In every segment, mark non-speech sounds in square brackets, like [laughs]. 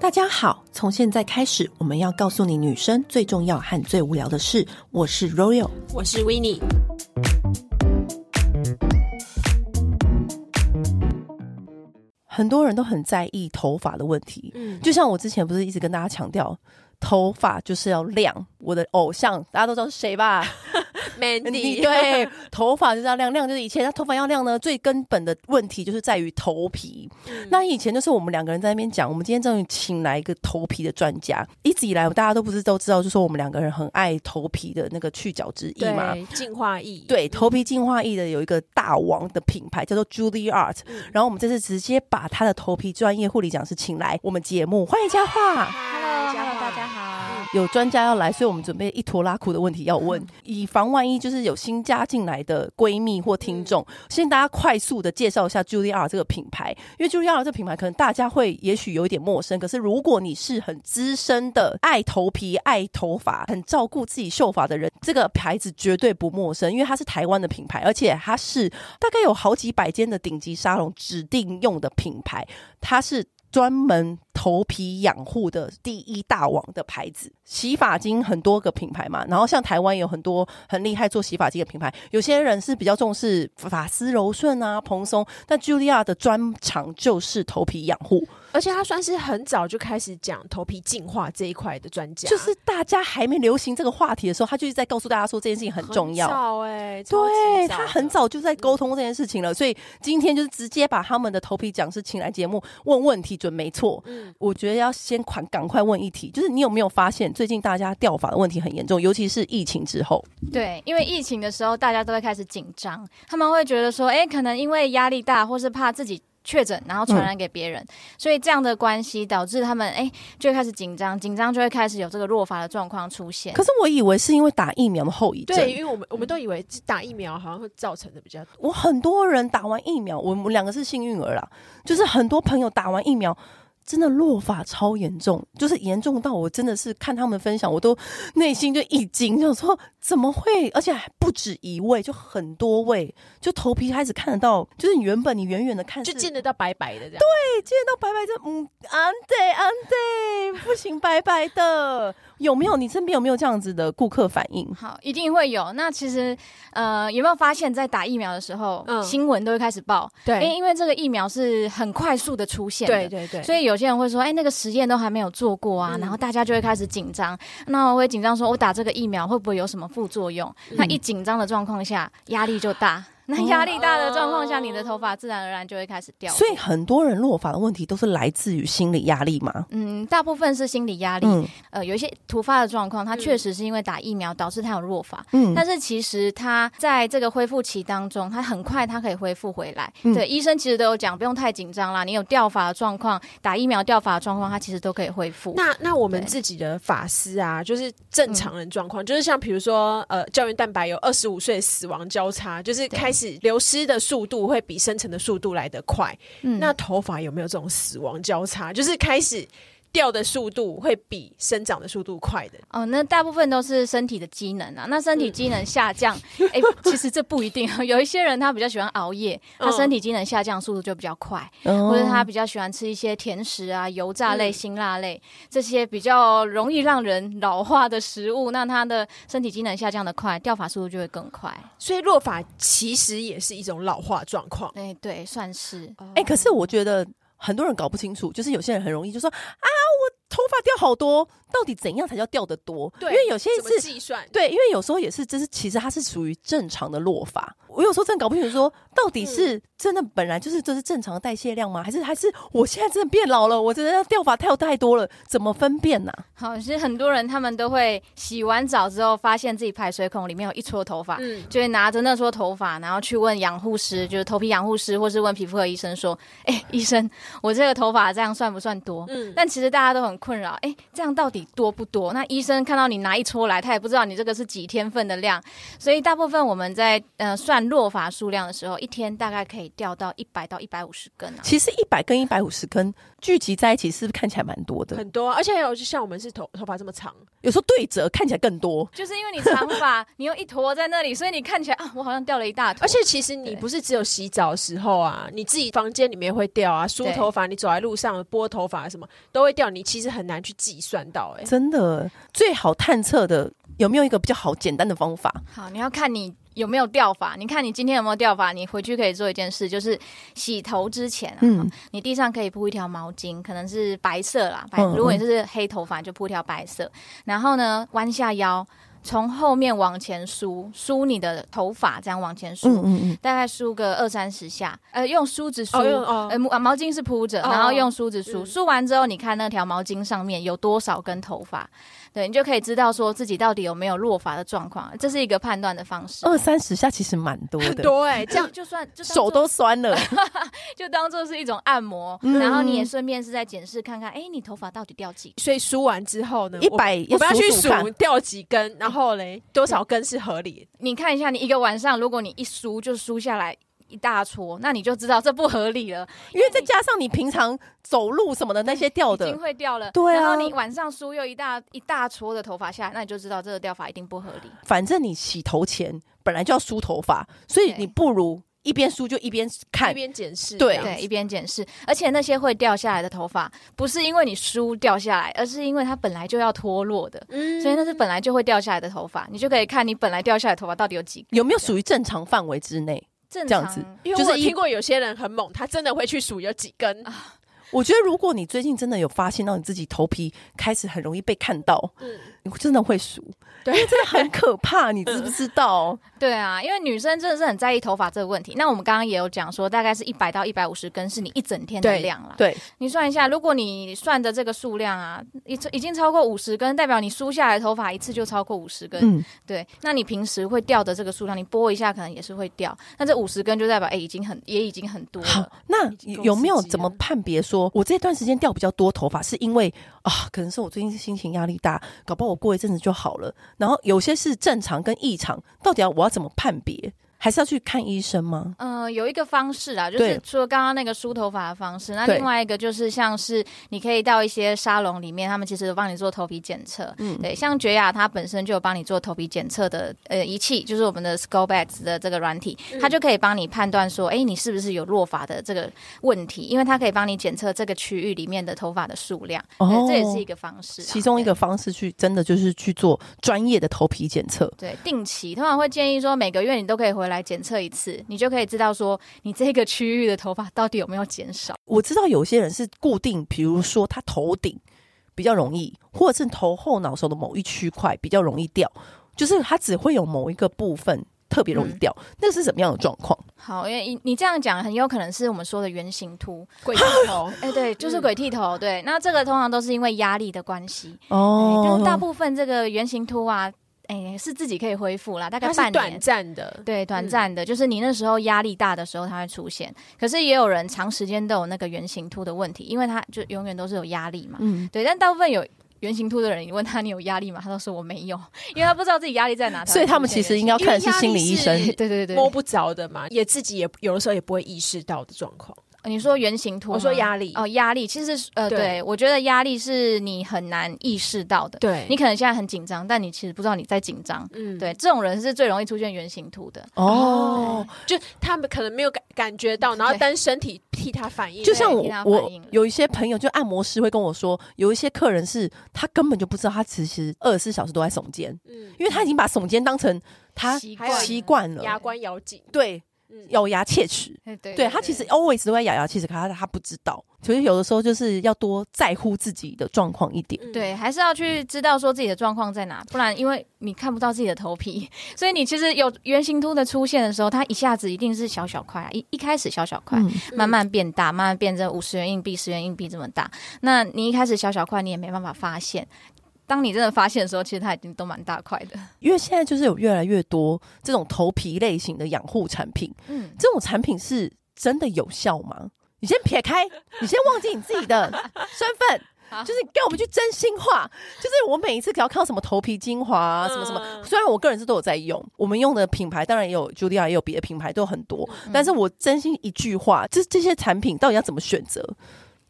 大家好，从现在开始，我们要告诉你女生最重要和最无聊的事。我是 Royal，我是 w i n n i e 很多人都很在意头发的问题。嗯，就像我之前不是一直跟大家强调，头发就是要亮。我的偶像大家都知道是谁 [laughs] 吧？ Mandy， [laughs] 对，头发就是要亮，亮就是一切。那头发要亮呢，最根本的问题就是在于头皮。嗯那以前就是我们两个人在那边讲，我们今天终于请来一个头皮的专家。一直以来，大家都不是都知道，就说我们两个人很爱头皮的那个去角质液嘛。对，净化液，对，头皮净化液的有一个大王的品牌叫做 Julie Art，、然后我们这次直接把他的头皮专业护理讲师请来我们节目，欢迎佳话。 Hello，大家好。嗯有专家要来，所以我们准备一拖拉苦的问题要问，以防万一就是有新加进来的闺蜜或听众。先大家快速的介绍一下 Julie R 这个品牌，因为 Julie R 这个品牌可能大家会也许有一点陌生，可是如果你是很资深的爱头皮、爱头发、很照顾自己秀发的人，这个牌子绝对不陌生，因为它是台湾的品牌，而且它是大概有好几百间的顶级沙龙指定用的品牌，它是专门头皮养护的第一大王的牌子，洗发精很多个品牌嘛，然后像台湾有很多很厉害做洗发精的品牌，有些人是比较重视发丝柔顺啊、蓬松，但 Julia 的专长就是头皮养护，而且他算是很早就开始讲头皮净化这一块的专家，就是大家还没流行这个话题的时候，他就是在告诉大家说这件事情很重要。很早哎，对超级他的嗯很，早就在沟通这件事情了，所以今天就是直接把他们的头皮讲师请来节目问问题，准没错。嗯，我觉得要先款赶快问一题，就是你有没有发现最近大家掉发的问题很严重，尤其是疫情之后，对，因为疫情的时候，大家都会开始紧张，他们会觉得说，哎，可能因为压力大，或是怕自己确诊，然后传染给别嗯人，所以这样的关系导致他们，哎，就会开始紧张，紧张就会开始有这个落发的状况出现可。是我以为是因为打疫苗的后遗症。对，因为我们我们都以为打疫苗好像会造成的比较多，我很多人打完疫苗，我们两个是幸运儿啦，就是很多朋友打完疫苗。真的落发超严重，就是严重到我真的是看他们分享，我都 [laughs] 内心就一惊，想说怎么会？而且还不止一位，就很多位，就头皮开始看得到，就是你原本你远远的看就是见得到白白的这样，对，见到白白的，嗯，安对安对，不行，白白的， [laughs] 有没有？你身边有没有这样子的顾客反应？好，一定会有。那其实，呃，有没有发现，在打疫苗的时候，嗯新闻都会开始报，因为对，因为这个疫苗是很快速的出现的，对对对，所以有些人会说，哎、那个实验都还没有做过啊，嗯然后大家就会开始紧张。那我会紧张说，我打这个疫苗会不会有什么副作用？嗯那一紧张的状况下，压力就大。那压力大的状况下，哦你的头发自然而然就会开始掉落。所以很多人落发的问题都是来自于心理压力嘛。嗯，大部分是心理压力，嗯呃，有一些突发的状况，它确实是因为打疫苗导致它有弱发。嗯但是其实它在这个恢复期当中，它很快它可以恢复回来。嗯对，医生其实都有讲，不用太紧张啦。你有掉发的状况，打疫苗掉发的状况，它其实都可以恢复。那那我们对自己的发丝啊，就是正常人状况，就是像比如说呃，胶原蛋白有二十五岁死亡交叉，就是对开始流失的速度会比生成的速度来得快。嗯那头发有没有这种死亡交叉？就是开始掉的速度会比生长的速度快的。哦，那大部分都是身体的机能啊。那身体机能下降，哎、其实这不一定。啊 [laughs] 有一些人他比较喜欢熬夜，他嗯身体机能下降速度就比较快，嗯或者他比较喜欢吃一些甜食啊、油炸类、嗯辛辣类这些比较容易让人老化的食物，那他的身体机能下降的快，掉发速度就会更快。嗯所以落发其实也是一种老化状况。哎、对，算是。哦哎、可是我觉得很多人搞不清楚，就是有些人很容易就说啊，我头发掉好多，到底怎样才叫掉得多？对因为有些怎么是。计算？对，因为有时候也是，就是其实它是属于正常的落发。我有时候真的搞不清楚，说到嗯底是真的本来就是这是正常的代谢量吗？还是还是我现在真的变老了，我真的掉发掉太多了，怎么分辨呢、好，哦其实很多人他们都会洗完澡之后，发现自己排水孔里面有一撮头发，嗯，就会拿着那撮头发，然后去问养护师，就是头皮养护师，或是问皮肤科医生说：“哎、医生，我这个头发这样算不算多？”嗯但其实大家都很困扰，哎、这样到底多不多？那医生看到你拿一撮来，他也不知道你这个是几天份的量，所以大部分我们在呃算落发数量的时候，一天大概可以以掉到一百到一百五十根啊。其实一百根、一百五十根聚集在一起，是不是看起来蛮多的？很多、啊，而且还有就像我们是头头发这么长，有时候对折看起来更多。 [laughs] 就是因为你长发，你又一坨在那里，所以你看起来啊，我好像掉了一大坨。而且其实你对不是只有洗澡的时候啊，你自己房间里面会掉啊，梳对头发，你走在路上拨头发什么都会掉，你其实很难去计算到、欸，哎，真的，最好探测的有没有一个比较好简单的方法？好，你要看你有没有掉发。你看你今天有没有掉发？你回去可以做一件事，就是洗头之前啊，嗯你地上可以铺一条毛巾，可能是白色啦，白。嗯嗯如果你是黑头发，就铺一条白色。然后呢，弯下腰，从后面往前梳，梳你的头发，这样往前梳。嗯嗯嗯，大概梳个二三十下，呃，用梳子梳，哦用哦呃，毛毛巾是铺着，哦然后用梳子梳，嗯梳完之后，你看那条毛巾上面有多少根头发，对你就可以知道说自己到底有没有落发的状况，这是一个判断的方式。二三十下其实蛮多很 [laughs] 的，多哎、这样就算就当作手都酸了。就当做是一种按摩，嗯然后你也顺便是在检视看看，哎、你头发到底掉几所以梳完之后呢，一我百我们要去数数看数掉几根，然后嘞多少根是合理的，你看一下，你一个晚上，如果你一梳就梳下来一大撮，那你就知道这不合理了，因为再加上你平常走路什么的那些掉已的经，会掉了。对啊然后你晚上梳又一大一大撮的头发下来，那你就知道这个掉法一定不合理。反正你洗头前本来就要梳头发，所以对你不如一边梳就一边一看。边检视，对这样对，一边检视，而且那些会掉下来的头发，不是因为你梳掉下来，而是因为它本来就要脱落的，嗯所以那是本来就会掉下来的头发，你就可以看你本来掉下来的头发到底有几根。有没有属于正常范围之内？正这样常子因为就是我一听过有些人很猛，他真的会去数有几根，我觉得，如果你最近真的有发现到你自己头皮开始很容易被看到，嗯，你真的会数，对因为真的很可怕，你知不知道？对啊，因为女生真的是很在意头发这个问题。那我们刚刚也有讲说，大概是一百到一百五十根是你一整天的对量啦。对，你算一下，如果你算的这个数量啊，已已经超过五十根，代表你梳下来的头发一次就超过五十根。嗯，对，那你平时会掉的这个数量，你拨一下可能也是会掉。那这五十根就代表，哎、已经很也已经很多好了。，那已经够有没有刺激怎么了判别说我这段时间掉比较多头发，是因为啊，可能是我最近心情压力大，搞不好我过一阵子就好了。然后有些是正常跟异常，到底要我要怎么判别？还是要去看医生吗？ [laughs] 呃，有一个方式啊，就是对除了刚刚那个梳头发的方式，那对另外一个就是像是你可以到一些沙龙里面，他们其实有帮你做头皮检测。嗯，对，像绝雅它本身就有帮你做头皮检测的呃仪器，就是我们的 Scobex 的这个软体，它就可以帮你判断说，哎，你是不是有落发的这个问题，因为它可以帮你检测这个区域里面的头发的数量。哦对，这也是一个方式啊、其中一对个方式去真的就是去做专业的头皮检测。对，定期通常会建议说每个月你都可以回来检测一次，你就可以知道说你这个区域的头发到底有没有减少。我知道有些人是固定，比如说他头顶比较容易，或者是头后脑勺的某一区块比较容易掉，就是他只会有某一个部分特别容易嗯掉，那是什么样的状况？好，因为你你这样讲很有可能是我们说的圆形秃，鬼剃 [laughs] 头，哎、对，就是嗯鬼剃头，对。那这个通常都是因为压力的关系，哎哦但是大部分这个圆形秃啊，哎、是自己可以恢复啦，大概它半是年短。暂嗯的，对，短暂的，就是你那时候压力大的时候，它会出现。可是也有人长时间都有那个圆形秃的问题，因为他就永远都是有压力嘛。嗯，对，但大部分有原型秃的人，你问他你有压力吗？他都说我没有，因为他不知道自己压力在 [laughs] 哪。所以他们其实应该要因为看的是压力心理医生。对对对摸对，不着的嘛，也自己也有的时候也不会意识到的状况。哦你说原型秃吗，我说压力哦，压力其实呃，对对我觉得压力是你很难意识到的。对你可能现在很紧张，但你其实不知道你在紧张。嗯对，，这种人是最容易出现原型秃的。哦，就他们可能没有感感觉到，然后对但身体替他反应，哎就像我听他我反应了有一些朋友，就按摩师会跟我说，有一些客人是他根本就不知道他其实二十四小时都在耸肩，嗯，因为他已经把耸肩当成他习惯了习惯牙了，关咬紧，对，嗯，咬牙切齿。对对对他其实 always 都在咬牙切齿，可他他不知道。所以有的时候就是要多在乎自己的状况一点。嗯对，还是要去知道说自己的状况在哪，不然因为你看不到自己的头皮，所以你其实有圆形秃的出现的时候，它一下子一定是小小块啊，一一开始小小块，嗯，嗯慢慢变大，慢慢变成五十元硬币、十元硬币这么大。那你一开始小小块，你也没办法发现。当你真的发现的时候，其实它已经都蛮大块的。因为现在就是有越来越多这种头皮类型的养护产品，嗯，这种产品 [laughs] 是真的有效吗？你先撇开，你先忘记你自己的身份，好就是给我们句真心话。就是我每一次只要看到什么头皮精华、啊、什么什么，嗯虽然我个人是都有在用，我们用的品牌当然也有 Julia，也有别的品牌都有很多，嗯但是我真心一句话，这这些产品到底要怎么选择？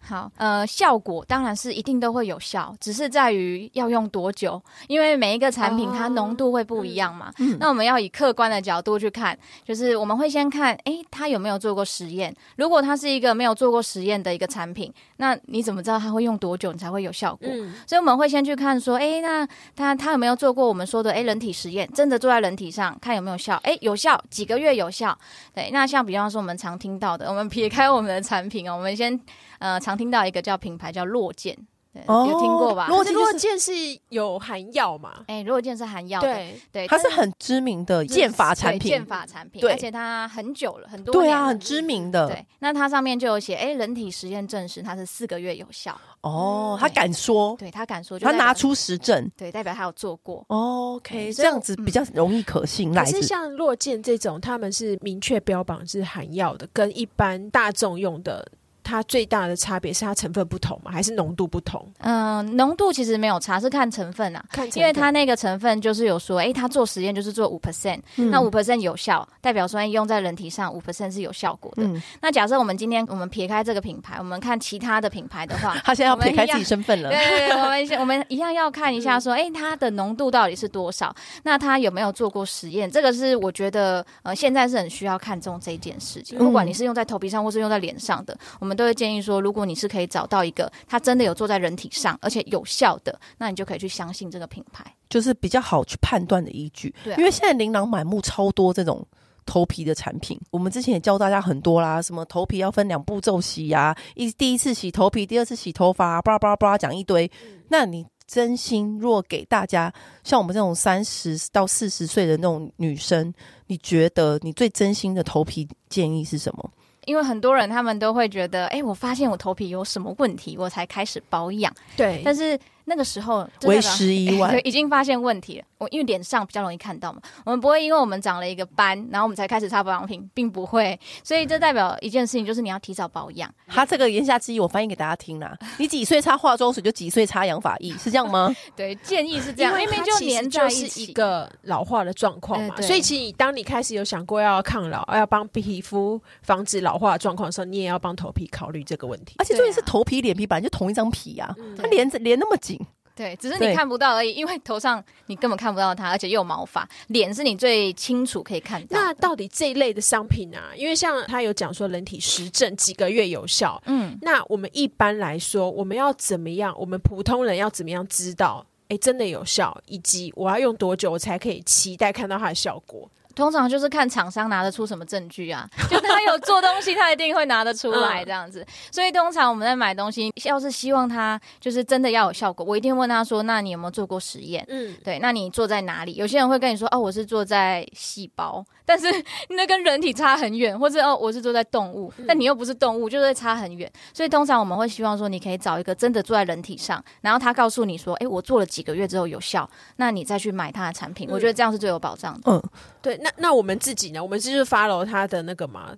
[laughs] 好，呃，效果当然是一定都会有效，只是在于要用多久，因为每一个产品哦它浓度会不一样嘛。那我们要以客观的角度去看，就是我们会先看，诶，它有没有做过实验？如果它是一个没有做过实验的一个产品，那你怎么知道它会用多久你才会有效果？嗯，所以我们会先去看说，诶，那它它有没有做过我们说的，诶，人体实验，真的做在人体上看有没有效？诶，有效，几个月有效。对，那像比方说我们常听到的，我们撇开我们的产品哦，我们先呃常听到一个叫品牌叫洛健，对，哦有听过吧？洛可健是就是落剑是有含药嘛？诶，洛健是含药的，对，对，它是但很知名的健法产对品，健法产品，对而且它很久了，很多对年啊，了很知名的对，那它上面就有写，诶，人体实验证实它是四个月有效，哦，嗯他敢说，对他敢说就他代表拿，出实证。对，代表他有做过。 OK，嗯这对哦所以我嗯样子比较容易可信赖可。是像落剑这种，他们是明确标榜是含药的，跟一般大众用的，它最大的差别是它成分不同嘛，还是浓度不同？嗯，浓度其实没有差，是看成分啊。看成分，因为它那个成分就是有说，诶，它做实验就是做五 percent，那嗯五 percent 有效，代表说诶用在人体上五 percent 是有效果的。嗯，那假设我们今天我们撇开这个品牌，我们看其他的品牌的 [laughs]，话他现在要撇开自己我们一样身份对了。对对，我们先我们一样要看一嗯下说，诶，它的浓度到底是多少？那它有没有做过实验？这个是我觉得呃现在是很需要看重这一件事嗯情。不管你是用在头皮上或是用在脸上的，我们都会建议说，如果你是可以找到一个它真的有做在人体上而且有效的，那你就可以去相信这个品牌。就是比较好去判断的依据。对啊因为现在琳琅满目，超多这种。头皮的产品，我们之前也教大家很多啦，什么头皮要分两步骤洗呀、一第一次洗头皮，第二次洗头发、啊，叭叭叭讲一堆。嗯那你真心若给大家，像我们这种三十到四十岁的那种女生，你觉得你最真心的头皮建议是什么？因为很多人他们都会觉得，哎、我发现我头皮有什么问题，我才开始保养。对，但是那个时候就为代表时已晚 [laughs] 对，已经发现问题了。我因为脸上比较容易看到嘛，我们不会因为我们长了一个斑，然后我们才开始擦保养品，并不会。所以嗯这代表一件事情，就是你要提早保养。他这个言下之意，我翻译给大家听啦。你几岁擦化妆水，就几岁擦养发液，是这样吗？对，建议是这因样，为明它明其实粘就在一是起。一个老化的状况嘛，哎对所以其实你当你开始有想过要抗老，要帮皮肤防止老化的状况的时候，你也要帮头皮考虑这个问题。而且重点是对啊头皮、脸皮本来就同一张皮啊呀、嗯它连着连那么紧，对，只是对你看不到而已，因为头上你根本看不到它，而且又有毛发，脸是你最清楚可以看到的。那到底这一类的商品啊，因为像他有讲说人体实证几个月有效，嗯，那我们一般来说，我们要怎么样？我们普通人要怎么样知道？哎，真的有效，以及我要用多久我才可以期待看到它的效果？通常就是看厂商拿得出什么证据啊， [laughs] 就他有做东西，他一定会拿得出来这样子。所以通常我们在买东西，要是希望它就是真的要有效果，我一定问他说：“那你有没有做过实验？”嗯，对，那你做在哪里？有些人会跟你说：“哦，我是做在细胞，但是那跟人体差很远，或者哦，我是做在动物，但你又不是动物，就是差很远。”所以通常我们会希望说，你可以找一个真的做在人体上，然后他告诉你说：“诶，我做了几个月之后有效，那你再去买他的产品。”我觉得这样是最有保障的。嗯，对。那那我们自己呢？我们就是 follow 他的那个嘛，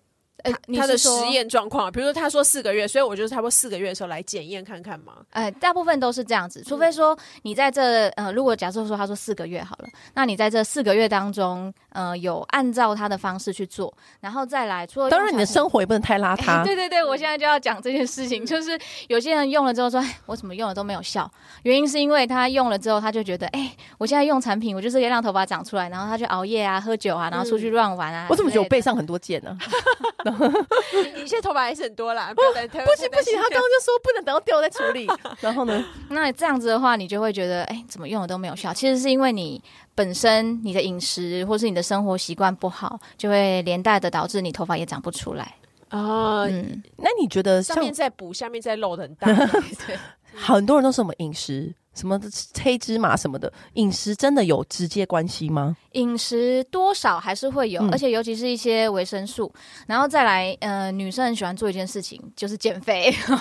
呃你他的是实说验状况，比如说他说四个月，所以我就是差不多四个月的时候来检验看看嘛。呃，大部分都是这样子，嗯除非说你在这呃，如果假设说他说四个月好了，那你在这四个月当中，呃，有按照他的方式去做，然后再来除了当然你的活。生活也不能太邋遢。 [laughs] 对对对，我现在就要讲这件事嗯情，就是有些人用了之后说，哎，我怎么用了都没有效，原因是因为他用了之后，他就觉得，哎，我现在用产品，我就是要让头发长出来，然后他就熬夜啊、喝酒啊，然后嗯出去乱玩啊。我怎么觉得我之类背的上很多茧啊呢、你现在头发还是很多哦啦，不要担心不行不行，他刚 [laughs] 刚就说不能等到掉再处理。然后呢，那这样子的话，你就会觉得，哎、怎么用的都没有效。其实是因为你本身你的饮食或是你的生活习惯不好，就会连带的导致你头发也长不出来。啊，嗯，那你觉得像 [laughs] 上面在补，下面在漏的很大。对，很多人都是什么饮食、什么黑芝麻什么的，饮食真的有直接关系吗？饮食多少还是会有，嗯而且尤其是一些维生素，然后再来，呃，女生很喜欢做一件事情，就是减肥。 [laughs]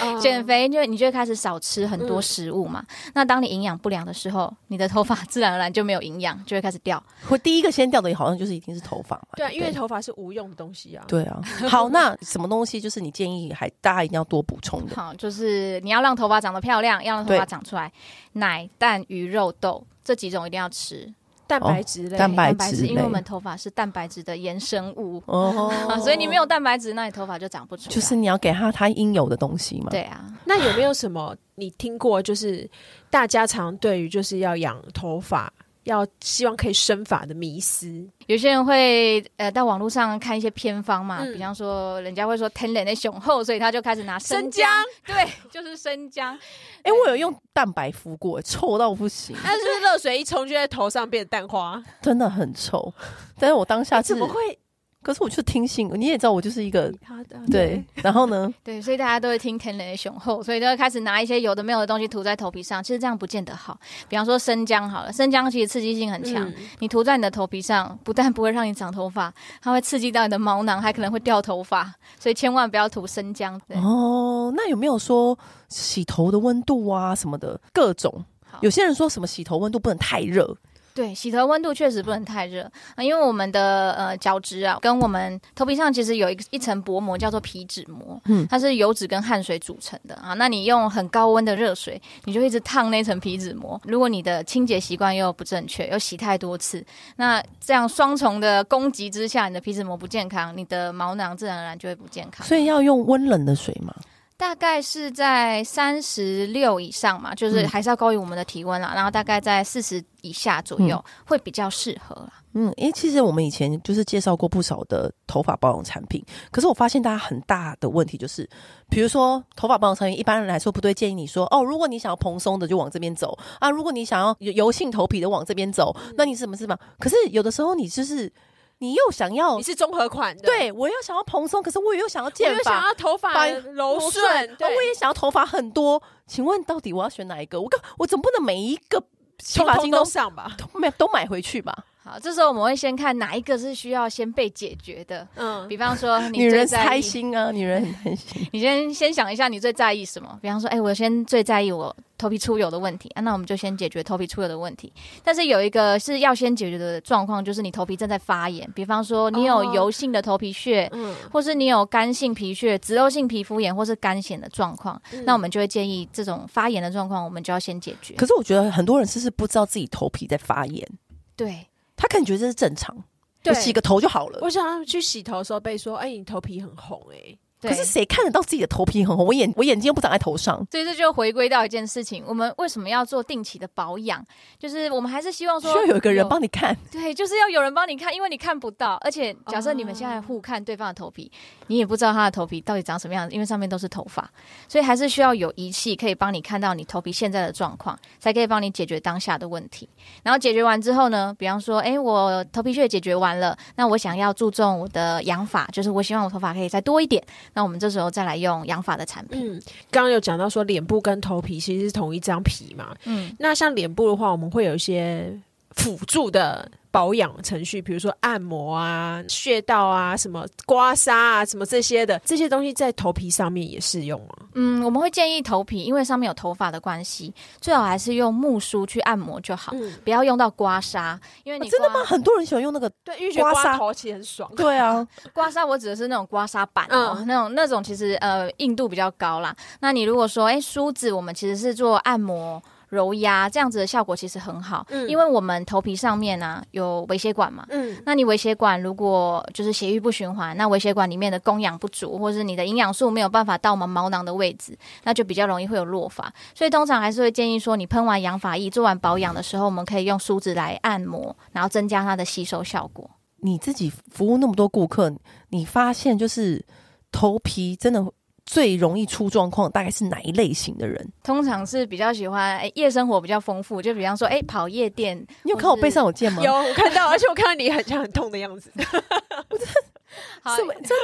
哦减肥就你就会开始少吃很多嗯食物嘛。那当你营养不良的时候，你的头发 [laughs] 自然而然就没有营养，就会开始掉。会第一个先掉的，好像就是一定是头发嘛。对啊，因为不头发是无用的东西啊。对啊。好，那什么东西就是你建议还大家一定要多补充的？好，就是你要让头发长得漂亮，要让头发对长出来，奶、蛋、鱼、肉、豆这几种一定要吃。哦蛋白质类，蛋白质质，因为类我们头发是蛋白质的衍生物、哦， [laughs] 啊，所以你没有蛋白质，那你头发就长不出来。就是你要给他他应有的东西嘛。对啊，那有没有什么你听过？就是大家常对于就是要养头发，要希望可以生发的迷思，有些人会呃到网络上看一些偏方嘛，嗯比方说人家会说天然的雄厚，所以他就开始拿生姜， [laughs] 对，就是生姜，哎、我有用蛋白敷过，臭到不行，但是热水一冲就在头上变蛋花，真的很臭。但是我当下哎是，怎么会？可是我就听信，你也知道我就是一个啊对，，然后呢，对，所以大家都会听天然的雄厚，所以就会开始拿一些有的没有的东西涂在头皮上，其实这样不见得好。比方说生姜好了，生姜其实刺激性很强，嗯你涂在你的头皮上，不但不会让你长头发，它会刺激到你的毛囊，还可能会掉头发，所以千万不要涂生姜。对，哦，那有没有说洗头的温度啊什么的各种好？有些人说什么洗头温度不能太热，对，洗头温度确实不能太热，啊因为我们的呃角质啊，跟我们头皮上其实有一个一层薄膜叫做皮脂膜，嗯它是油脂跟汗水组成的啊。那你用很高温的热水，你就一直烫那层皮脂膜。如果你的清洁习惯又不正确，又洗太多次，那这样双重的攻击之下，你的皮脂膜不健康，你的毛囊自然而然就会不健康。所以要用温冷的水嘛。大概是在三十六以上嘛，就是嗯还是要高于我们的体温啦，然后大概在四十以下左右、会比较适合啦。嗯，因为其实我们以前就是介绍过不少的头发保养产品，可是我发现大家很大的问题就是，比如说头发保养产品，一般人来说不对，建议你说哦，如果你想要蓬松的就往这边走啊，如果你想要油油性头皮的往这边走，嗯那你什么什么？可是有的时候你就是你又想要你，是综合款的，对我又想要蓬松，可是我又想要我健又发想，要头发把柔顺顺，，啊我对，也想要头发很多。请问到底我要选哪一个？我刚我总不能每一个洗通发通精都都上吧，都买都买回去吧？好，这时候我们会先看哪一个是需要先被解决的，嗯，比方 [laughs] 说你女最人在开意，心啊，女人很开心。你先先想一下你最在意什么。比方说，哎、我先最在意我头皮出油的问题、啊，那我们就先解决头皮出油的问题。但是有一个是要先解决的状况，就是你头皮正在发炎，比方说你有哦油性的头皮屑。嗯，或是你有干性皮屑、脂漏性皮肤炎，或是干癣的状况，嗯那我们就会建议这种发炎的状况，我们就要先解决。可是我觉得很多人是不是不知道自己头皮在发炎，对，他可能觉得这是正常，对我洗个头就好了。我想要去洗头的时候被说，哎，你头皮很红，哎，对可是谁看得到自己的头皮很红？我眼我眼睛又不长在头上，所以这就回归到一件事情，我们为什么要做定期的保养？就是我们还是希望需说要有一个人帮你看。对，就是要有人帮你看，因为你看不到。而且假设你们现在互看对方的头皮，你也不知道他的头皮到底长什么样子，因为上面都是头发，所以还是需要有仪器可以帮你看到你头皮现在的状况，才可以帮你解决当下的问题。然后解决完之后呢，比方说，诶，我头皮屑解决完了，那我想要注重我的养发，就是我希望我头发可以再多一点，那我们这时候再来用养发的产品。嗯，刚刚有讲到说脸部跟头皮其实是同一张皮嘛，嗯那像脸部的话，我们会有一些辅助的保养程序，比如说按摩啊、穴道啊、什么刮痧啊、什么这些的，这些东西在头皮上面也适用啊。嗯，我们会建议头皮，因为上面有头发的关系，最好还是用木梳去按摩就好，嗯，不要用到刮痧，因为你、刮哦啊真的吗？很多人喜欢用那个。对，因为觉得刮刮痧头其实很爽。对啊，刮痧我指的是那种刮痧板哦，嗯那种那种其实呃硬度比较高啦。那你如果说哎梳子，我们其实是做按摩。揉压这样子的效果其实很好，嗯因为我们头皮上面呢、有微血管嘛，嗯，那你微血管如果就是血液不循环，那微血管里面的供氧不足，或是你的营养素没有办法到我们毛囊的位置，那就比较容易会有落发。所以通常还是会建议说，你喷完养发液、做完保养的时候，我们可以用梳子来按摩，然后增加它的吸收效果。你自己服务那么多顾客，你发现就是头皮真的最容易出状况，大概是哪一类型的人？通常是比较喜欢、诶夜生活比较丰富，就比方说哎、诶跑夜店，你有看我背上有剑吗？嗯有我看到，而且我看到你很像很痛的样子。好是吗，真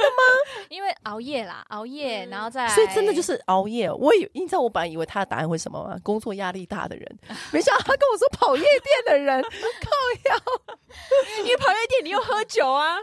因为熬夜啦，熬夜，然后再所以真的就是熬夜。我以你知道我本来以为他的答案会什么吗？工作压力大的人，没想到他跟我说跑夜店的人，靠呀， [laughs] 因为跑夜店你又喝酒啊，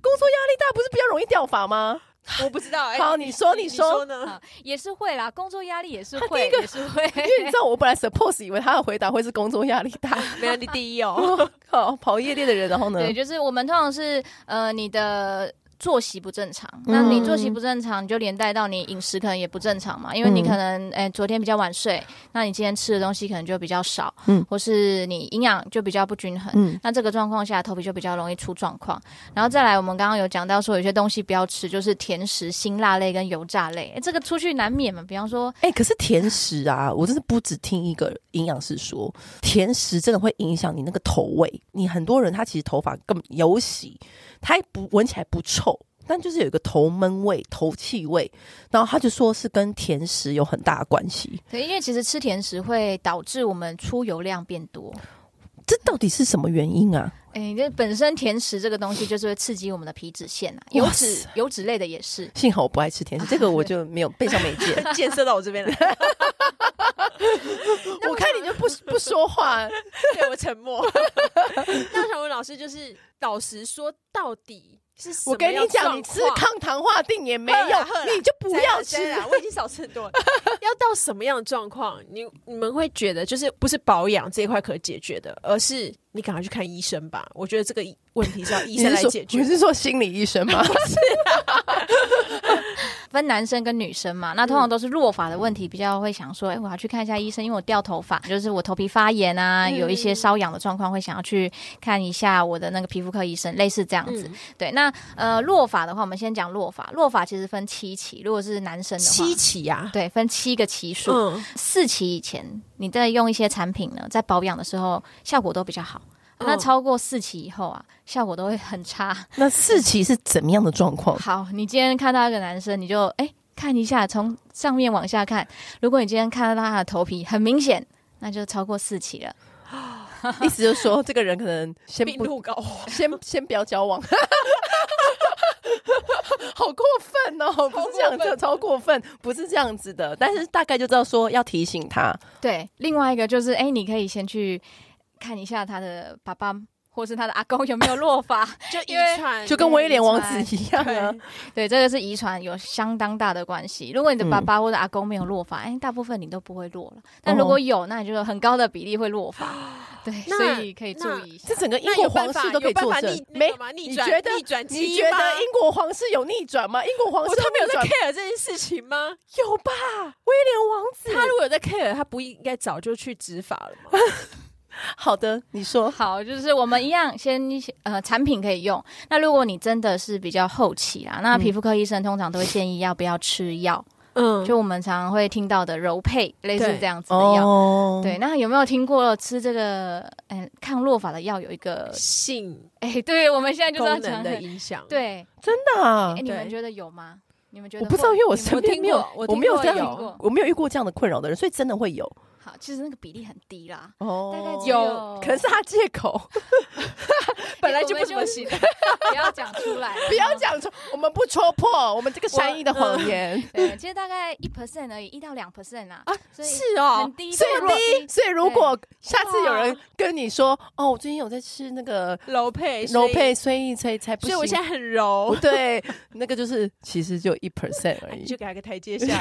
工作压力大不是比较容易掉发吗？我不知道。哎好你说你你说呢？啊，也是会啦，工作压力也是 [laughs] 他第会一，个也是会。因为你知道我本来 suppose 以为他的回答会是工作压力大，没有，你第一哦。哦，靠，跑夜店的人，然后呢？对，就是我们通常是呃你的。作息不正常，那你作息不正常，你就连带到你饮食可能也不正常嘛，因为你嗯可能诶、昨天比较晚睡，那你今天吃的东西可能就比较少，嗯嗯，或是你营养就比较不均衡，嗯那这个状况下头皮就比较容易出状况。然后再来，我们刚刚有讲到说有些东西不要吃，就是甜食、辛辣类跟油炸类，诶这个出去难免嘛，比方说哎、可是甜食啊，我真的不只听一个营养师说，甜食真的会影响你那个头味。你很多人他其实头发根本油洗，他也不闻起来不臭，但就是有一个头闷味、头气味，然后他就说是跟甜食有很大的关系。对，因为其实吃甜食会导致我们出油量变多。这到底是什么原因啊？哎，这本身甜食这个东西就是会刺激我们的皮脂腺啊，油哇塞脂油脂类的也是。幸好我不爱吃甜食，这个我就没有背上没见。 [laughs] 建设到我这边来，我看你就 [laughs] 不不说话，对我沉默。 [laughs] 那想问老师，就是老实说，到底是什我么跟样你的讲，状况你吃抗糖化定也没用喝啦喝啦，你就不要吃真。的啊我已经少吃很多了。 [laughs] 要到什么样的状况，你你们会觉得就是不是保养这一块可解决的，而是你赶快去看医生吧。我觉得这个问题是要医你生是来说解决你。是说心理医生 [laughs] 吗？分男生跟女生嘛，嗯那通常都是落发的问题，比较会想说，哎，我要去看一下医生，因为我掉头发，就是我头皮发炎啊，嗯有一些瘙痒的状况，会想要去看一下我的那个皮肤科医生，类似这样嗯子。对，那呃，落发的话，我们先讲落发，落发其实分七期，如果是男生的话，七期呀、对，分七个期数。嗯，四期以前，你在用一些产品呢，在保养的时候效果都比较好。嗯那超过四期以后啊，效果都会很差。那四期是怎么样的状哦 [laughs] 况？ [laughs] 好，你今天看到一个男生，你就哎、看一下，从上面往下看。如果你今天看到他的头皮很明显，那就超过四期了。意思就是说，这个人可能先病不入 [laughs] 膏肓，先先不要交 [laughs] 往。好过分哦！不是这样子，超过分超过分，不是这样子的。但是大概就知道说要提醒他，对，另外一个就是哎、你可以先去看一下他的爸爸或是他的阿公有没有落发。 [laughs] 就遗因为传就跟威廉王子一样啊对。对，这个是遗传有相当大的关系。如果你的爸嗯爸或者阿公没有落发，哎、大部分你都不会落了。但如果有，那你就有很高的比例会 [gasps] 落发。对，哦那所以可以注意一下这。整个英那国有皇办法室都可以有办作法证逆。那没个？吗逆你转觉得逆转基你因觉吗得英国皇室有逆转吗？英国皇室我他没有逆在转 care 这件事情吗？有吧？威廉王子，他如果有在 care，他不应该早就去植发了吗？好的，你说好，就是我们一样先呃产品可以用。那如果你真的是比较后期啦，嗯那皮肤科医生通常都会建议要不要吃药， [laughs] 嗯，就我们常常会听到的柔配类似对这样子的药。哦对，那有没有听过吃这个嗯、抗落发的药有一个？嗯性 [laughs] 哎、对，我们现在就是要功讲能的影响。，对，真的啊哎、你们对觉得有吗？你们觉得我不知道，会因为我我身边听没有过，我我听没有过这样听过我没有遇过这样的困扰的人，所以真的会有好，其实那个比例很低啦，哦大概只有可能是他借 [laughs] 口，本来就不怎么行。不要讲出来， [laughs] 不要。讲出我们不戳破我们这个善意的谎 [laughs] 言，对，其实大概一 percent 而已，一到两 percent 啊，啊 [laughs] 所以是哦很低，所所以以低你所以如果下次哇有人跟你说哦，我最近有在吃那个柔配，柔哎所以配，所以才才不所行，以我现在很柔不，哎 [laughs] 对，那个就是其实就一 percent 而你已 [laughs] 就，给他个台阶下。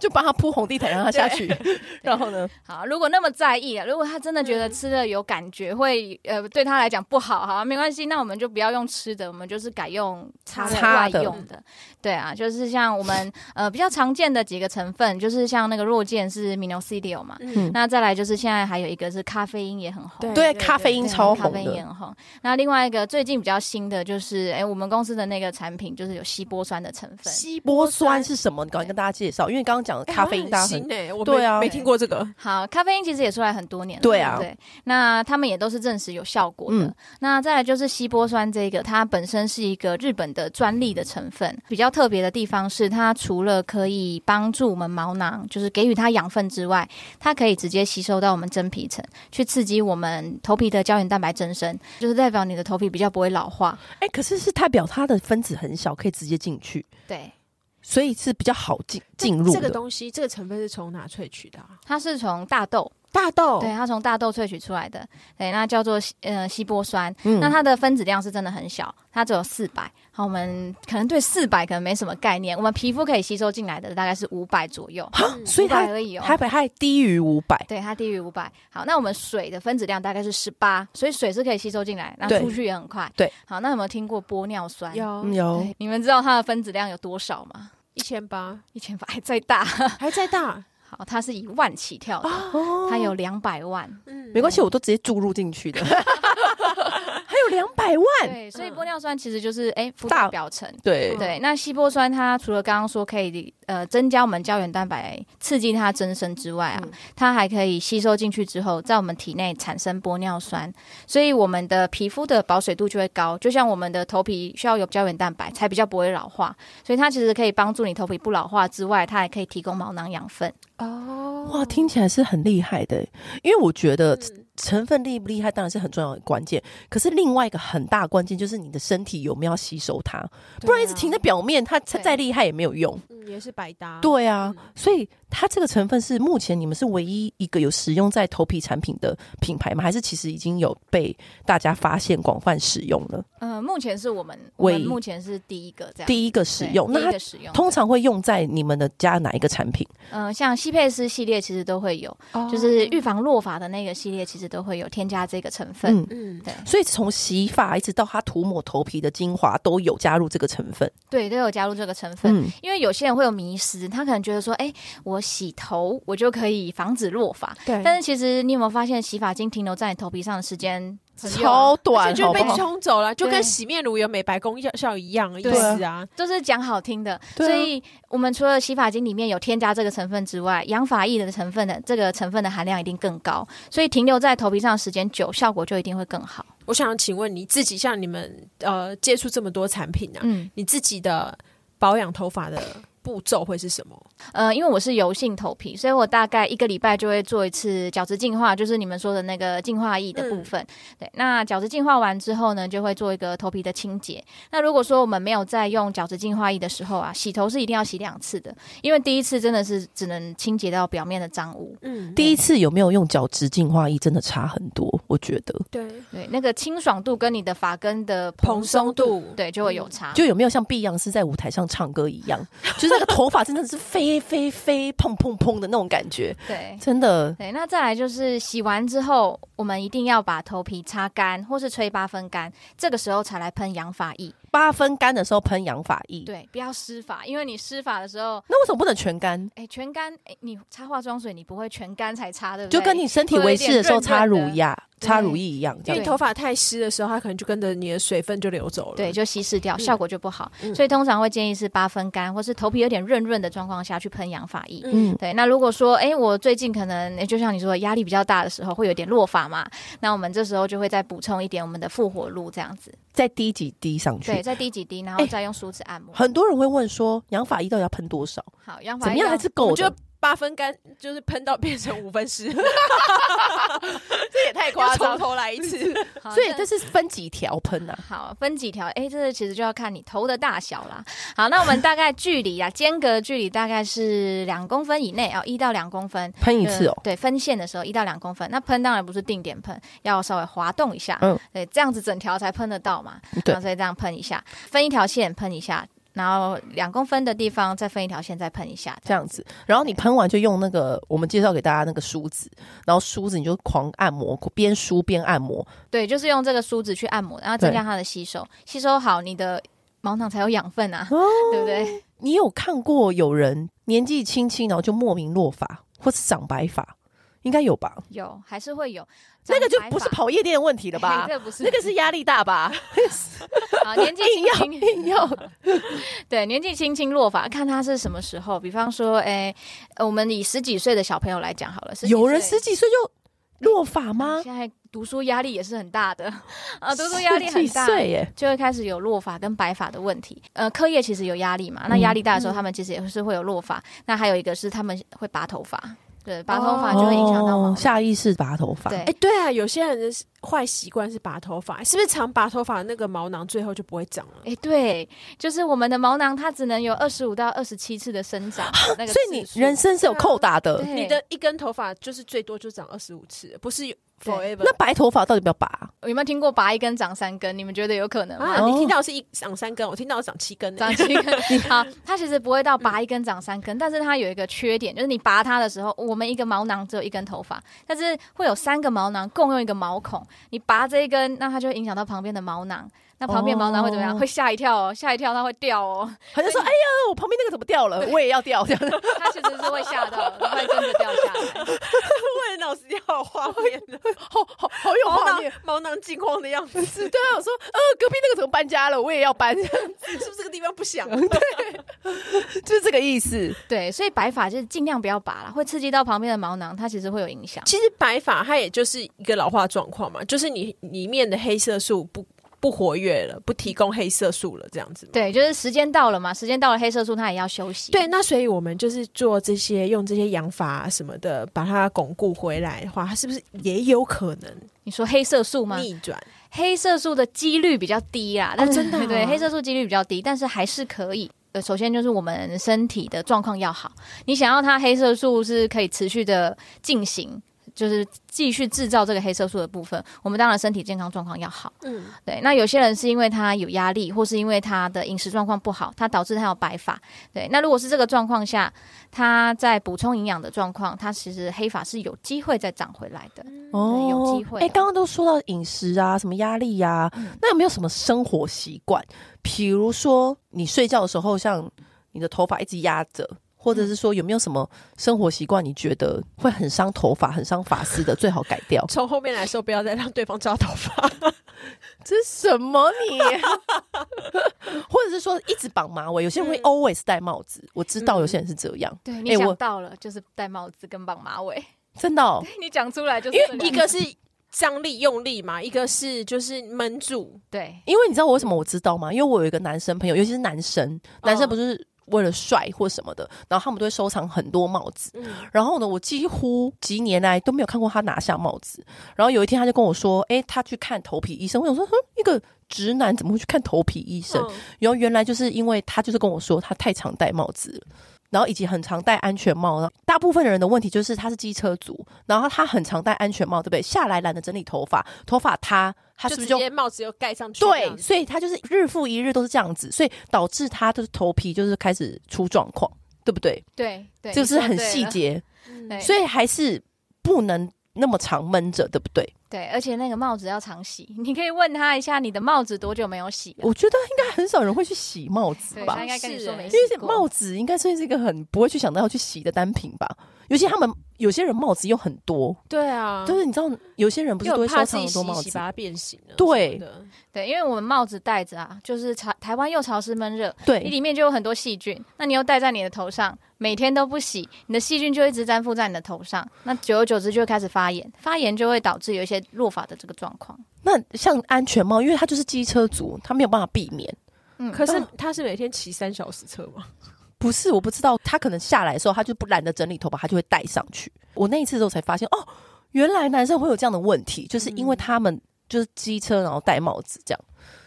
就帮他铺红地毯让他下去， [laughs] 然后呢，好，如果那么在意啊，如果他真的觉嗯得吃了有感觉会呃对他来讲不好，好没关系，那我们就不要用吃的，我们就是改用擦的擦外的用的。对啊，就是像我们呃比较常见的几个成分，就是像那个弱健是 minoxidil 嘛，哎嗯那再来就是现在还有一个是咖啡因也很红，对，对咖啡因对啊超咖红啡因也的，很红。那另外一个最近比较新的就是，哎、我们公司的那个产品就是有稀波酸的成分。西波酸是什么？你赶快跟大家介绍，因为刚刚讲的咖啡因大家很哎，我对啊没听听过这个，好，咖啡因其实也出来很多年了，对啊对，那他们也都是证实有效果的。嗯那再来就是西波酸这个，它本身是一个日本的专利的成分，比较特别的地方是它除了可以帮助我们毛囊，就是给予它养分之外，它可以直接吸收到我们真皮层，去刺激我们头皮的胶原蛋白增生，就是代表你的头皮比较不会老化。哎、可是是代表它的分子很小，可以直接进去，对，所以是比较好进进入这个的。东西，这个成分是从哪萃取的、啊？它是从大豆，大哦豆，对，它从大豆萃取出来的，对，那叫做呃西波酸。嗯那它的分子量是真的很小，它只有四百。好，我们可能对四百可能没什么概念，我们皮肤可以吸收进来的大概是五百左右，哈嗯所以五百它而已哦。还还还低于五百，对，它低于五百。好，那我们水的分子量大概是十八，所以水是可以吸收进来，那对出去也很快。对，好，那有没有听过玻尿酸？啊有嗯有对，你们知道它的分子量有多少吗？一千八，一千八，再大。还在大，好，它是一万起跳的，哦它有两百万。嗯，没关系，我都直接注入进去的，还有两百万，对，所以玻尿酸其实就是哎，嗯肤大大表层。对嗯对，那稀波酸它除了刚刚说可以呃增加我们胶原蛋白，刺激它增生之外啊，嗯它还可以吸收进去之后，在我们体内产生玻尿酸，所以我们的皮肤的保水度就会高。就像我们的头皮需要有胶原蛋白才比较不会老化，所以它其实可以帮助你头皮不老化之外，它还可以提供毛囊养分。哦，哇，听起来是很厉害的，因为我觉得嗯成分厉不厉害当然是很重要的关键，可是另外一个很大的关键就是你的身体有没有要吸收它，不然一直停在表面，它它啊对啊再厉啊害也没有用。嗯也是百搭，对啊嗯，所以它这个成分是目前你们是唯一一个有使用在头皮产品的品牌吗？还是其实已经有被大家发现广泛使用了？呃，目前是我们我们喂目前是第一个这样第一个使用，对那第一它个使用通常会用在你们的家哪一个产品？嗯、呃像西佩斯系列其实都会有，哦，就是预防落发的那个系列，其实都会有添加这个成分。嗯。嗯，对所以从洗发一直到它涂抹头皮的精华都有加入这个成分，对，都有加入这个成分。嗯，因为有些人会有迷失，他可能觉得说，哎、我洗头我就可以防止落发，对但是其实你有没有发现，洗发精停留在你头皮上的时间很啊有超短，就好被不好？冲走了，就对跟洗面乳有美白功效效一样意对思啊。就是讲好听的，对啊所以我们除了洗发精里面有添加这个成分之外，养发液的成分的这个成分的含量一定更高，所以停留在头皮上的时间久，效果就一定会更好。我想请问你自己，像你们呃接触这么多产品啊，嗯，你自己的保养头发的步骤会是什么？呃，因为我是油性头皮，所以我大概一个礼拜就会做一次角质净化，就是你们说的那个净化液的嗯部分。对，那角质净化完之后呢，就会做一个头皮的清洁。那如果说我们没有在用角质净化液的时候啊，洗头是一定要洗两次的，因为第一次真的是只能清洁到表面的脏污。嗯，第一次有没有用角质净化液，真的差很多，我觉得。对对，那个清爽度跟你的发根的蓬松度，度，嗯对，就会有差。就有没有像碧昂斯在舞台上唱歌一样，就是那个头发真的是飞飞飞、砰砰砰的那种感觉，对。真的。对，那再来就是洗完之后，我们一定要把头皮擦干，或是吹八分干，这个时候才来喷养发液。八分干的时候喷养发液，对，不要湿发，因为你湿发的时候，那为什么不能全干？哎、全干，哎、你擦化妆水你不会全干才擦，对不对？就跟你身体维湿的时候擦乳液、啊擦乳液一样，这因为样你头发太湿的时候，它可能就跟着你的水分就流走了。对，就稀释掉，嗯效果就不好。嗯所以通常会建议是八分干，或是头皮有点润润的状况下去喷养发液。嗯，对，那如果说，哎、我最近可能、哎就像你说，压力比较大的时候，会有点落发嘛，那我们这时候就会再补充一点我们的复活露这样子，再滴几滴上对，去。哎再滴几滴，然后再用梳子按摩。很多人会问说，养发液到底要喷多少？好，养发怎么液样要才是我够觉的得？八分干就是喷到变成五分 [laughs] 湿，这也太要从头来一次。好所以那这是分几条喷啊？好，分几条？哎，这个其实就要看你头的大小啦。好，那我们大概距离啊，间隔距离大概是两公分以内啊，一、到两公分。喷一次哦呃，对，分线的时候一到两公分。那喷当然不是定点喷，要稍微滑动一下，嗯嗯，对，这样子整条才喷得到嘛。对啊所以这样喷一下，分一条线喷一下，然后两公分的地方再分一条线再喷一下，这样子，然后你喷完就用那个我们介绍给大家那个梳子，然后梳子你就狂按摩，边梳边按摩，对，就是用这个梳子去按摩，然后增加它的吸收，吸收好你的毛囊才有养分哦啊，对不对？你有看过有人年纪轻轻，然后就莫名落发，或是长白发？应该有吧？有还是会有，那个就长白不是发跑夜店的问题了 [laughs] 吧哎这？个不是那个是压力大吧？啊，年纪硬轻要轻硬要， [laughs] 对，年纪轻轻落发，看他是什么时候。比方说，哎、呃我们以十几岁的小朋友来讲好了，十几有人岁十几岁就落发吗？现在读书压力也是很大的啊，读书压力很十几大。岁耶，就会开始有落发跟白发的问题。呃，课业其实有压力嘛，嗯那压力大的时候，他们其实也是会有落发。那还有一个是他们会拔头发，对，拔头发就会影响到毛哦囊。下意识拔头发。对 [laughs] 哎、，对啊，有些人的坏习惯是拔头发，是不是常拔头发那个毛囊最后就不会长了？哎，对，就是我们的毛囊它只能有二十五到二十七次的生长的那个所次数，以你人生是有扣打的。对你的一根头发就是最多就长二十五次，不是 forever 那。白头发到底要不要拔？有没有听过拔一根长三根？你们觉得有可能吗？啊，你听到是一长三根，我听到长七根、欸长。七根， [laughs] 好，它其实不会到拔一根长三根，但是它有一个缺点，就是你拔它的时候，我们一个毛囊只有一根头发，但是会有三个毛囊共用一个毛孔，你拔这一根，那它就会影响到旁边的毛囊，那旁边毛囊会怎么样？哦会吓一跳哦，吓一跳它会掉 [laughs] 哦，他就说：“哎呀，我旁边那个怎么掉了？我也要掉。”这样子 [laughs] 它其实是会吓到的，会跟着掉下来。为了老师要有画面 [laughs] 的，好好好有毛画囊面。毛囊惊慌的样 [laughs] 子，对啊，我说：“呃，隔壁那个怎么搬家了？我也要搬。” [laughs] 是不是这个地方不 [laughs] 响？就是这个意思。对，所以白发就是尽量不要拔了，会刺激到旁边的毛囊，它其实会有影响。其实白发它也就是一个老化状况嘛，就是你里面的黑色素不不活跃了，不提供黑色素了，这样子嘛。对，就是时间到了嘛，时间到了，黑色素它也要休息。对，那所以我们就是做这些用这些养法什么的，把它巩固回来的话，它是不是也有可能你说黑色素吗？逆转？黑色素的几率比较低啦，但是、真的啊对黑色素几率比较低，但是还是可以。呃，首先就是我们身体的状况要好，你想要它黑色素是可以持续的进行，就是继续制造这个黑色素的部分，我们当然身体健康状况要好。嗯，？对，那有些人是因为他有压力，或是因为他的饮食状况不好，他导致他有白发。对，那如果是这个状况下，他在补充营养的状况，他其实黑发是有机会再长回来的。对有机会哎，哦刚刚都说到饮食啊，什么压力呀、嗯那有没有什么生活习惯？比如说你睡觉的时候，像你的头发一直压着。或者是说有没有什么生活习惯，你觉得会很伤头发、很伤发丝的，最好改掉从后面来说，不要再让对方抓头发。这是什么你？ [laughs] 或者是说一直绑马尾，有些人会嗯 always 戴帽子，我知道嗯有些人是这样，对，你哎我想到了，就是戴帽子跟绑马尾。真的、哦。你讲出来就是因这为 [laughs] 两一个是张力用力嘛，一个是就是闷住。对因为你知道我为什么我知道吗？因为我有一个男生朋友，尤其是男生，男生不是为了帅或什么的，然后他们都会收藏很多帽子。嗯，然后呢，我几乎几年来都没有看过他拿下帽子。然后有一天他就跟我说：“诶，他去看头皮医生。”我想说，哼，一个直男怎么会去看头皮医生？嗯然后原来就是因为他就是跟我说他太常戴帽子了。然后以及很常戴安全帽，然后大部分的人的问题就是他是机车族，然后他很常戴安全帽，对不对？下来懒得整理头发，头发塌，他是就不直是就接帽子又盖上去这样对，子。所以他就是日复一日都是这样子，所以导致他的头皮就是开始出状况，对不对？对对，这个是很你说对细了。节，嗯对所以还是不能那么长闷着，对不对？对，而且那个帽子要常洗， [laughs] 你可以问他一下你的帽子多久没有洗了。我觉得应该很少人会去洗帽子对，吧他，应该跟你说没因洗为过。帽子应该算是一个很不会去想到要去洗的单品吧。尤其他们有些人帽子又很多，对啊，就是你知道，有些人不因是都为会我收怕自藏己很洗多帽一洗子把，它变形了。对什么的对，因为我们帽子戴着啊，就是潮台湾又潮湿闷热，你对，里面就有很多细菌，那你又戴在你的头上，每天都不洗，你的细菌就一直粘附在你的头上，那久而久之就会开始发炎，发炎就会导致有一些落发的这个状况。那像安全帽，因为它就是机车族，它没有办法避免。嗯，可是他是每天骑三小时车吗？不是，我不知道，他可能下来的时候，他就不懒得整理头发，他就会戴上去。我那一次之后才发现，哦，原来男生会有这样的问题，就是因嗯为他们就是机车，然后戴帽子这样，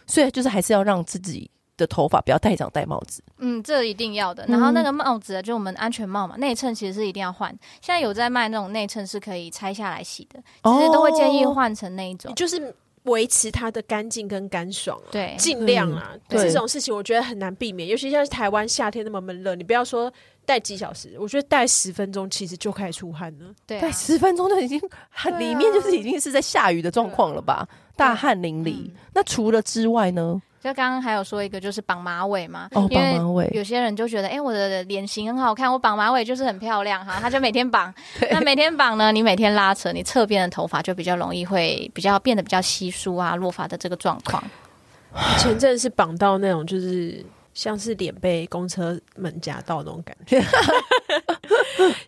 所以就是还是要让自己的头发不要太长戴帽子。嗯，这一定要的。嗯然后那个帽子，啊就我们安全帽嘛，内衬其实是一定要换。现在有在卖那种内衬是可以拆下来洗的，其实都会建议哦换成那一种。嗯就是维持它的干净跟干爽啊。对，尽量啊，对这种事情我觉得很难避免，尤其像是台湾夏天那么闷热，你不要说戴几小时，我觉得戴十分钟其实就开始出汗了。对啊、戴十分钟就已经，很对啊啊里面就是已经是在下雨的状况了吧？大汗淋漓。嗯那除了之外呢？就刚刚还有说一个就是绑马尾嘛，哦，因绑为马尾，有些人就觉得，哎、我的脸型很好看，我绑马尾就是很漂亮哈，他就每天 [laughs] 绑。那每天绑呢，你每天拉扯，你侧边的头发就比较容易会比较变得比较稀疏啊，落发的这个状况。前阵是绑到那种就是。像是脸被公车门夹到那种感 [laughs] 觉，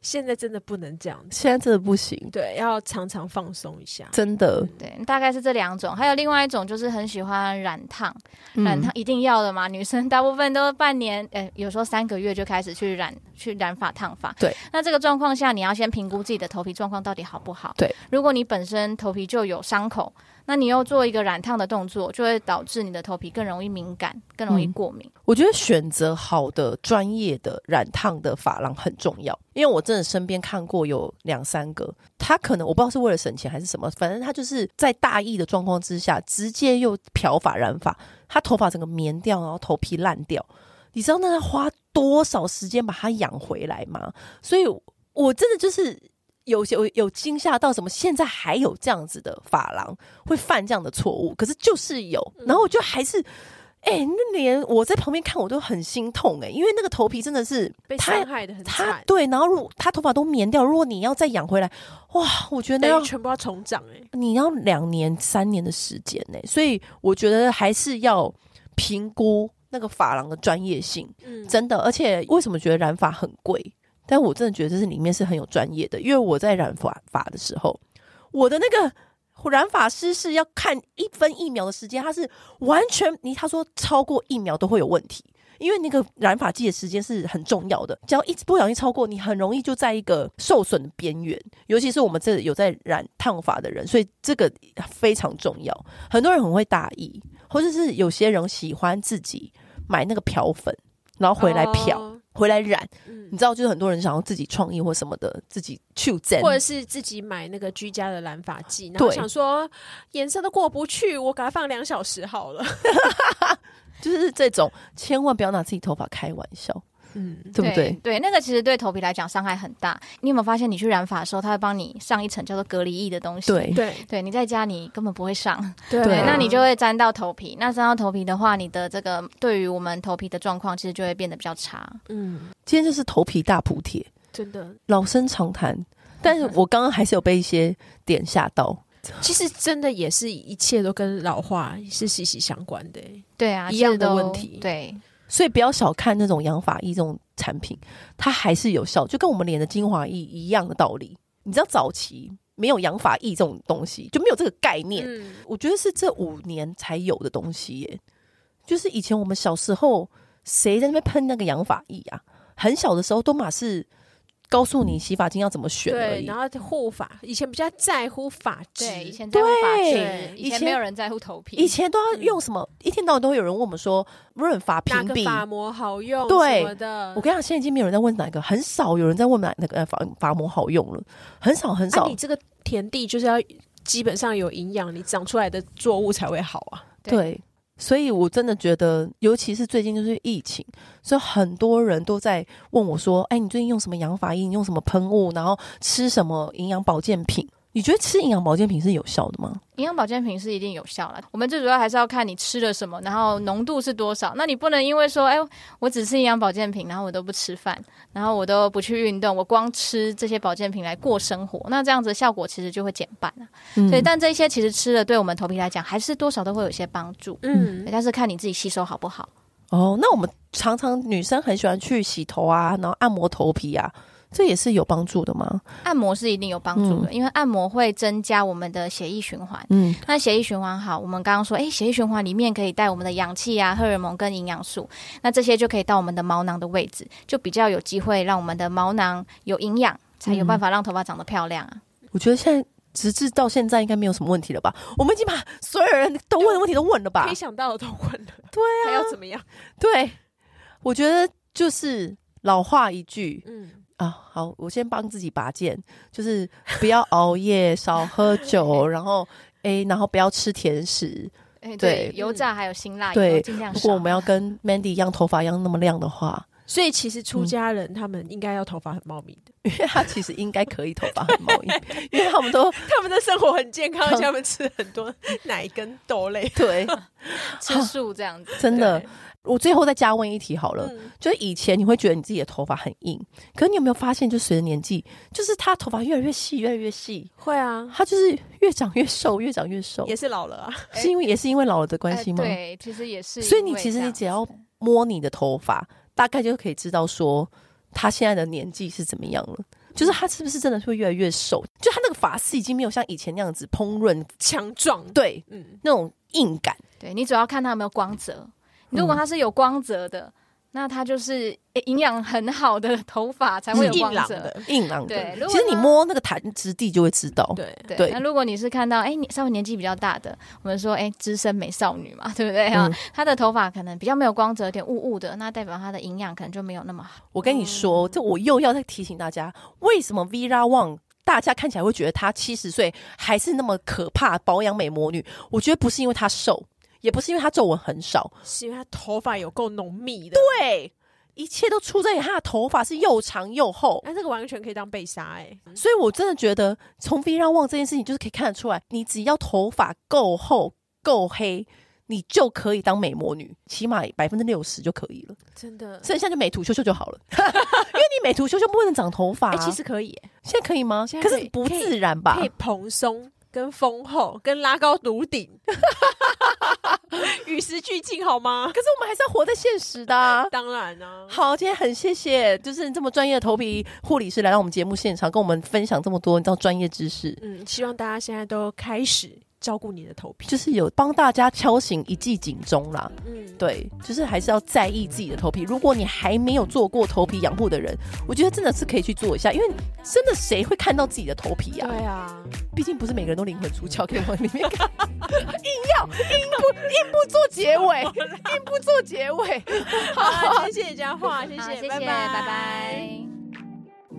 现在真的不能这样子，现在真的不行，对，要常常放松一下。真的。对，大概是这两种，还有另外一种就是很喜欢染烫，嗯染烫一定要的嘛，女生 [laughs] 大部分都半年，呃、有时候三个月就开始去染去染发烫发。对，那这个状况下，你要先评估自己的头皮状况到底好不好。对，如果你本身头皮就有伤口，那你又做一个染烫的动作，就会导致你的头皮更容易敏感，更容易嗯过敏。我觉得选择好的、专业的染烫的发廊很重要，因为我真的身边看过有两三个，他可能我不知道是为了省钱还是什么，反正他就是在大意的状况之下，直接又漂发染发，他头发整个棉掉，然后头皮烂掉，你知道那要花多少时间把它养回来吗？所以我真的就是。有些有有惊吓到什么？现在还有这样子的发廊会犯这样的错误，可是就是有，嗯然后我就还是哎、那连我在旁边看我都很心痛哎、因为那个头皮真的是被他伤害的很他惨，对，然后如果他头发都棉掉，如果你要再养回来，哇，我觉得等要于全部要重长哎、你要两年三年的时间呢、所以我觉得还是要评估那个发廊的专业性，嗯，真的。而且为什么觉得染发很贵？但我真的觉得这是里面是很有专业的，因为我在染发发的时候，我的那个。染发师是要看一分一秒的时间，他是完全你他说超过一秒都会有问题，因为那个染发剂的时间是很重要的，只要一直不小心超过，你很容易就在一个受损的边缘。尤其是我们这有在染烫发的人，所以这个非常重要。很多人很会大意，或者是有些人喜欢自己买那个漂粉，然后回来漂、哦回来染。嗯你知道，就是很多人想要自己创意或什么的，自己去整。或者是自己买那个居家的染发剂，然后对想说颜色都过不去，我给它放两小时好了。就是这种，千万不要拿自己头发开玩笑，嗯，对不对？对，那个其实对头皮来讲伤害很大。你有没有发现，你去染发的时候，它会帮你上一层叫做隔离液的东西？，对， [laughs] 对对，你在家你根本不会上。对对对，那嗯你就会沾到头皮。那沾到头皮的话，你的这个对于我们头皮的状况，其实就会变得比较差。嗯，今天就是头皮大补贴。真的，老生常谈，但是我刚刚还是有被一些点吓到。其实真的也是一切都跟老化是息息相关的欸、对啊，一样其实都的问题对，所以不要小看那种养发液这种产品，它还是有效，就跟我们脸的精华液一样的道理。你知道早期没有养发液这种东西，就没有这个概念。嗯，我觉得是这五年才有的东西耶，就是以前我们小时候谁在那边喷那个养发液啊？很小的时候都马是告诉你洗发精要怎么选而对，已然。后护发，以前比较在乎发质，对，以前在乎发质对，以以前前没有人在乎头皮，以前都要用什么？一天到晚都会有人问我们说润发哪评嗯个比发膜好用，对什么的。我跟你讲，现在已经没有人在问哪个，很少有人在问哪哪个呃发发膜好用了，很少很啊，少。你这个田地就是要基本上有营养，你长出来的作物才会好啊。对对，所以我真的觉得，尤其是最近就是疫情，所以很多人都在问我说：“哎，你最近用什么养发液？你用什么喷雾？然后吃什么营养保健品？”你觉得吃营养保健品是有效的吗？营养保健品是一定有效了。我们最主要还是要看你吃了什么，然后浓度是多少。那你不能因为说，哎，我只吃营养保健品，然后我都不吃饭，然后我都不去运动，我光吃这些保健品来过生活，那这样子效果其实就会减半啊。嗯所以，但这些其实吃了对我们头皮来讲，还是多少都会有一些帮助。嗯对，但是看你自己吸收好不好。哦，那我们常常女生很喜欢去洗头啊，然后按摩头皮啊，这也是有帮助的吗？按摩是一定有帮助的，因为按摩会增加我们的血液循环。嗯，那血液循环好，我们刚刚说，诶，血液循环里面可以带我们的氧气啊、荷尔蒙跟营养素，那这些就可以到我们的毛囊的位置，就比较有机会让我们的毛囊有营养，才有嗯办法让头发长得漂亮啊。我觉得现在。直至到现在应该没有什么问题了吧？我们已经把所有人都问的问题都问了吧？可以想到的都问 [laughs] 了，对还要怎么样？对，我觉得就是老话一句嗯，啊，好，我先帮自己拔剑，就是不要熬夜，少喝酒，然后诶，然后不要吃甜食。诶，对油炸还有辛辣对油尽量如少果我。们要跟 Mandy 一样头发一样那么亮的话，所以其实出家人他们应该要头发很茂密的，因为他其实应该可以头发很茂密，因为他们都 [laughs] 他们的生活很 [laughs] 健康，而且他们吃很多奶跟豆 [laughs] 类。对，吃素这样子，啊真的对。我最后再加问一题好了，嗯就是以前你会觉得你自己的头发很硬，可是你有没有发现，就随着年纪，就是他头发越来越细，越来越细，会啊，他就是越长越瘦，越长越瘦， [laughs] 也是老了啊，是因为也是因为老了的关哎系吗？对，其实也是因为这所以样子。你其实你只要摸你的头发，大概就可以知道说他现在的年纪是怎么样了。就是他是不是真的会越来越瘦？就他那个发丝已经没有像以前那样子蓬润，强壮。对嗯，那种硬感。对你主要看它有没有光泽。如嗯果它是有光泽的，那它就是诶营养很好的头发才会嗯有硬光朗泽。的，硬朗对的。如果其实你呢摸那个弹质地就会知道。对，对对，那如果你是看到哎，你稍微年纪比较大的，我们说哎，资深美少女嘛， [laughs] 对不对啊嗯？她的头发可能比较没有光泽，有点雾雾的，那代表她的营养可能就没有那么好。我跟你说，哦这我又要再提醒大家，为什么 Vera Wang 大家看起来会觉得她七十岁还是那么可怕保养美魔女？我觉得不是因为她瘦，也不是因为她皱纹很少，是因为他头发有够浓密的。对，一切都出在于她的头发是又长又厚。那这个完全可以当被杀哎、所以我真的觉得，从 Vera Wang 这件事情就是可以看得出来，你只要头发够厚、够黑。你就可以当美魔女，起码百分之六十就可以了，真的。剩下就美图秀秀就好了。 [laughs] 因为你美图秀秀不能长头发、哎、啊其实可以、欸，现在可以吗？现在可可以是不自然吧可以？蓬松、跟丰厚、跟拉高颅 [laughs] 顶，与时俱进好吗？。可是我们还是要活在现实的、啊当然啊，好，今天很谢谢，就是这么专业的头皮护理师来到我们节目现场，跟我们分享这么多你知道专业知识，嗯，希望大家现在都开始照顾你的头皮。就是有帮大家敲醒一记警钟啦。嗯，对，就是还是要在意自己的头皮。如果你还没有做过头皮养护的人，我觉得真的是可以去做一下，因为真的谁会看到自己的头皮呀、对啊，毕竟不是每个人都灵魂出窍可以往里面看， [laughs] 硬要硬不硬不做结尾，硬不做结尾。好，谢谢你讲话，谢好，谢谢，拜拜拜。